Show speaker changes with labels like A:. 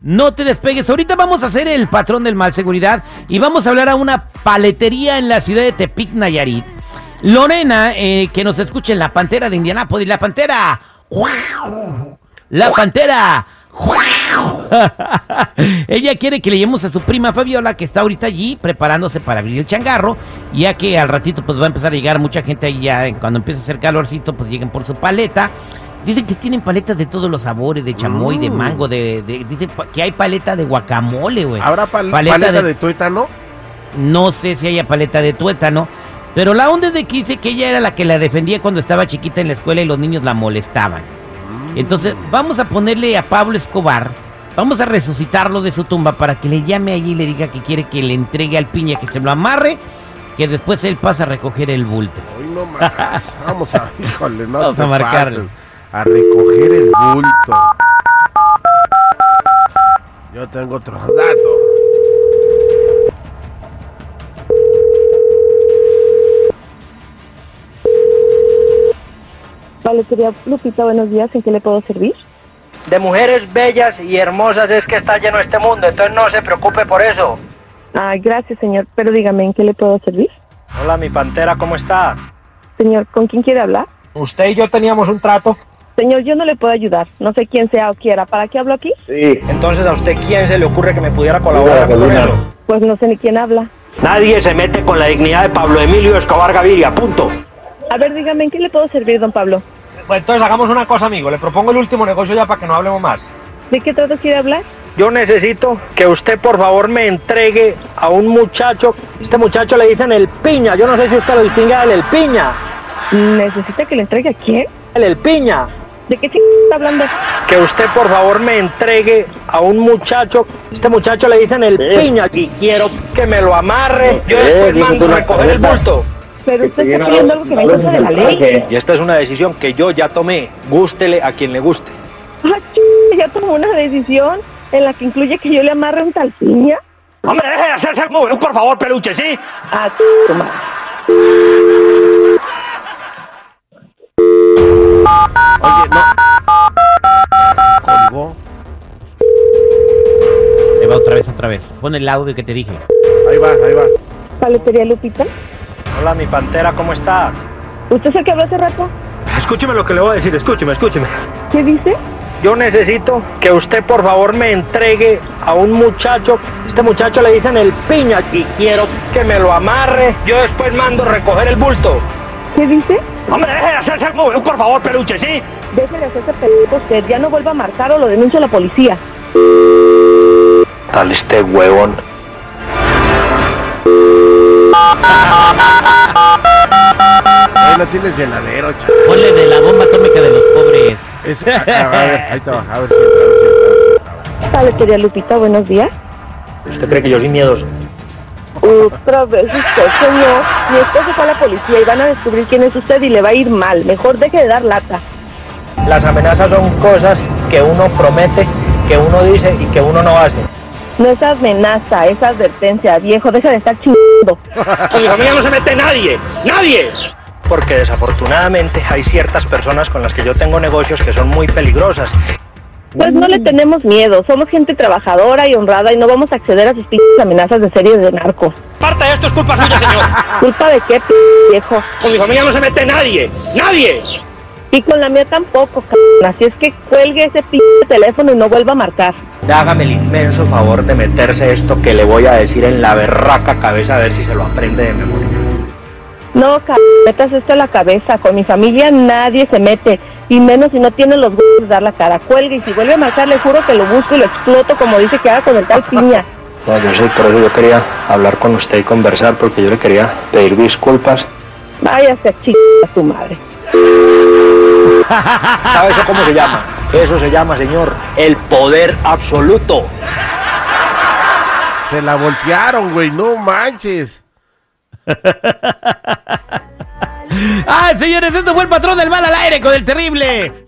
A: No te despegues. Ahorita vamos a hacer el patrón del mal seguridad y vamos a hablar a una paletería en la ciudad de Tepic, Nayarit. Lorena, eh, que nos escuche en la pantera de Indianápolis. La pantera. ¡Guau! La pantera. ¡Guau! Ella quiere que le llevemos a su prima Fabiola, que está ahorita allí preparándose para abrir el changarro, ya que al ratito pues va a empezar a llegar mucha gente ahí ya, eh, cuando empiece a hacer calorcito, pues lleguen por su paleta. Dicen que tienen paletas de todos los sabores, de chamoy, de
B: Mm.
A: mango, de, de- dicen pa- que hay paleta de guacamole, güey.
B: ¿Habrá pal-
A: Paleta
B: paleta,
A: de-
B: de, tuétano?
A: No sé si haya paleta de tuétano. Pero la onda es de que dice que ella era la que la defendía cuando estaba chiquita en la escuela y los niños la molestaban. Mm. Entonces, vamos a ponerle a Pablo Escobar, vamos a resucitarlo de su tumba para que le llame allí y le diga que quiere que le entregue al piña, que se lo amarre, que después él pasa a recoger el bulto.
B: Hoy no más. Vamos a, híjole, no
A: Vamos
B: te
A: a marcarle.
B: pases. A recoger el bulto. Yo tengo otros datos.
C: Paletería Lupita, buenos días. ¿En qué le puedo servir?
D: De mujeres bellas y hermosas es que está lleno este mundo, entonces no se preocupe por eso.
C: Ah, gracias, señor. Pero dígame, ¿en qué le puedo servir?
D: Hola, mi pantera, ¿cómo está?
C: Señor, ¿con quién quiere hablar?
D: Usted y yo teníamos un trato.
C: Señor, yo no le puedo ayudar. No sé quién sea o quiera. ¿Para qué hablo aquí?
E: Sí,
D: Entonces, ¿a usted quién se le ocurre que me pudiera
E: colaborar con eso?
C: Pues no sé ni quién habla.
D: Nadie se mete con la dignidad de Pablo Emilio Escobar Gaviria, punto.
C: A ver, dígame, ¿en qué le puedo servir, don Pablo?
D: Pues entonces hagamos una cosa, amigo. Le propongo el último negocio ya para que no hablemos más.
C: ¿De qué trato quiere hablar?
D: Yo necesito que usted, por favor, me entregue a un muchacho. Este muchacho le dicen el piña. Yo no sé si usted lo distingue del el piña.
C: ¿Necesita que le entregue a quién?
D: El el piña.
C: ¿De qué ching está hablando?
D: Que usted por favor me entregue a un muchacho, este muchacho le dicen el
E: Sí.
D: piña, y quiero que me lo amarre, yo
E: Sí,
D: después
E: dijo tú
D: mando a
E: una
D: recoger el
E: paleta.
D: bulto.
C: Pero usted está pidiendo algo que va en contra de la ley.
D: Y esta es una decisión que yo ya tomé, gústele a quien le guste.
C: Ah, ching, ya tomó una decisión en la que incluye que yo le amarre un tal piña.
D: Hombre, deje de hacerse el mover, por favor, peluche, ¿sí?
C: Ah, tu madre.
B: Oye, no. Colgó.
A: Le va otra vez, otra vez. Pon el audio que te dije.
B: Ahí va, ahí va.
C: Paletería Lupita.
D: Hola, mi pantera, ¿cómo está?
C: ¿Usted es el que habló hace rato?
D: Escúcheme lo que le voy a decir, escúcheme, escúcheme.
C: ¿Qué dice?
D: Yo necesito que usted por favor me entregue a un muchacho, este muchacho le dicen el piña, y quiero que me lo amarre, yo después mando a recoger el bulto.
C: ¿Qué dice?
D: Hombre, deje de hacerse el mover, por favor, peluche, ¿sí?
C: Deje de hacerse pendejo usted, ya no vuelva a marcar o lo denuncia la policía.
D: Dale este huevón.
B: Ahí la tienes llenadero, chaval.
A: Ponle de la bomba atómica de los pobres.
B: Es- a- a ver, ahí te baja, a ver si entra, a ver si entra, a ver si entra.
C: Paletería Lupita, buenos días.
D: ¿Usted cree que yo soy miedoso?
C: Otra vez usted, señor. Mi esposo fue a la policía y van a descubrir quién es usted y le va a ir mal. Mejor deje de dar lata.
D: Las amenazas son cosas que uno promete, que uno dice y que uno no hace.
C: No es amenaza, es advertencia, viejo. Deja de estar chingando.
D: Con mi familia no se mete nadie, nadie. Porque desafortunadamente hay ciertas personas con las que yo tengo negocios que son muy peligrosas.
C: Pues no le tenemos miedo. Somos gente trabajadora y honrada y no vamos a acceder a sus pinches amenazas de series de narcos.
D: Parte de esto es culpa suya, señor.
C: ¿Culpa de qué, p viejo?
D: Con mi familia no se mete nadie, nadie.
C: Y con la mía tampoco, c Así es que cuelgue ese p teléfono y no vuelva a marcar.
D: Hágame el inmenso favor de meterse esto que le voy a decir en la berraca cabeza a ver si se lo aprende de memoria.
C: No, c metas esto a la cabeza. Con mi familia nadie se mete. Y menos si no tiene los huevos de dar la cara. Cuelgue y si vuelve a marcar, le juro que lo busco y lo exploto, como dice que haga con el tal piña.
D: No, yo sé, por eso yo quería hablar con usted y conversar, porque yo le quería pedir disculpas.
C: Váyase a chingar a su madre.
D: ¿Sabe eso cómo se llama? Eso se llama, señor, el poder absoluto.
B: Se la voltearon, güey, no manches.
A: ¡Ah, señores! Esto fue el patrón del mal al aire con el terrible.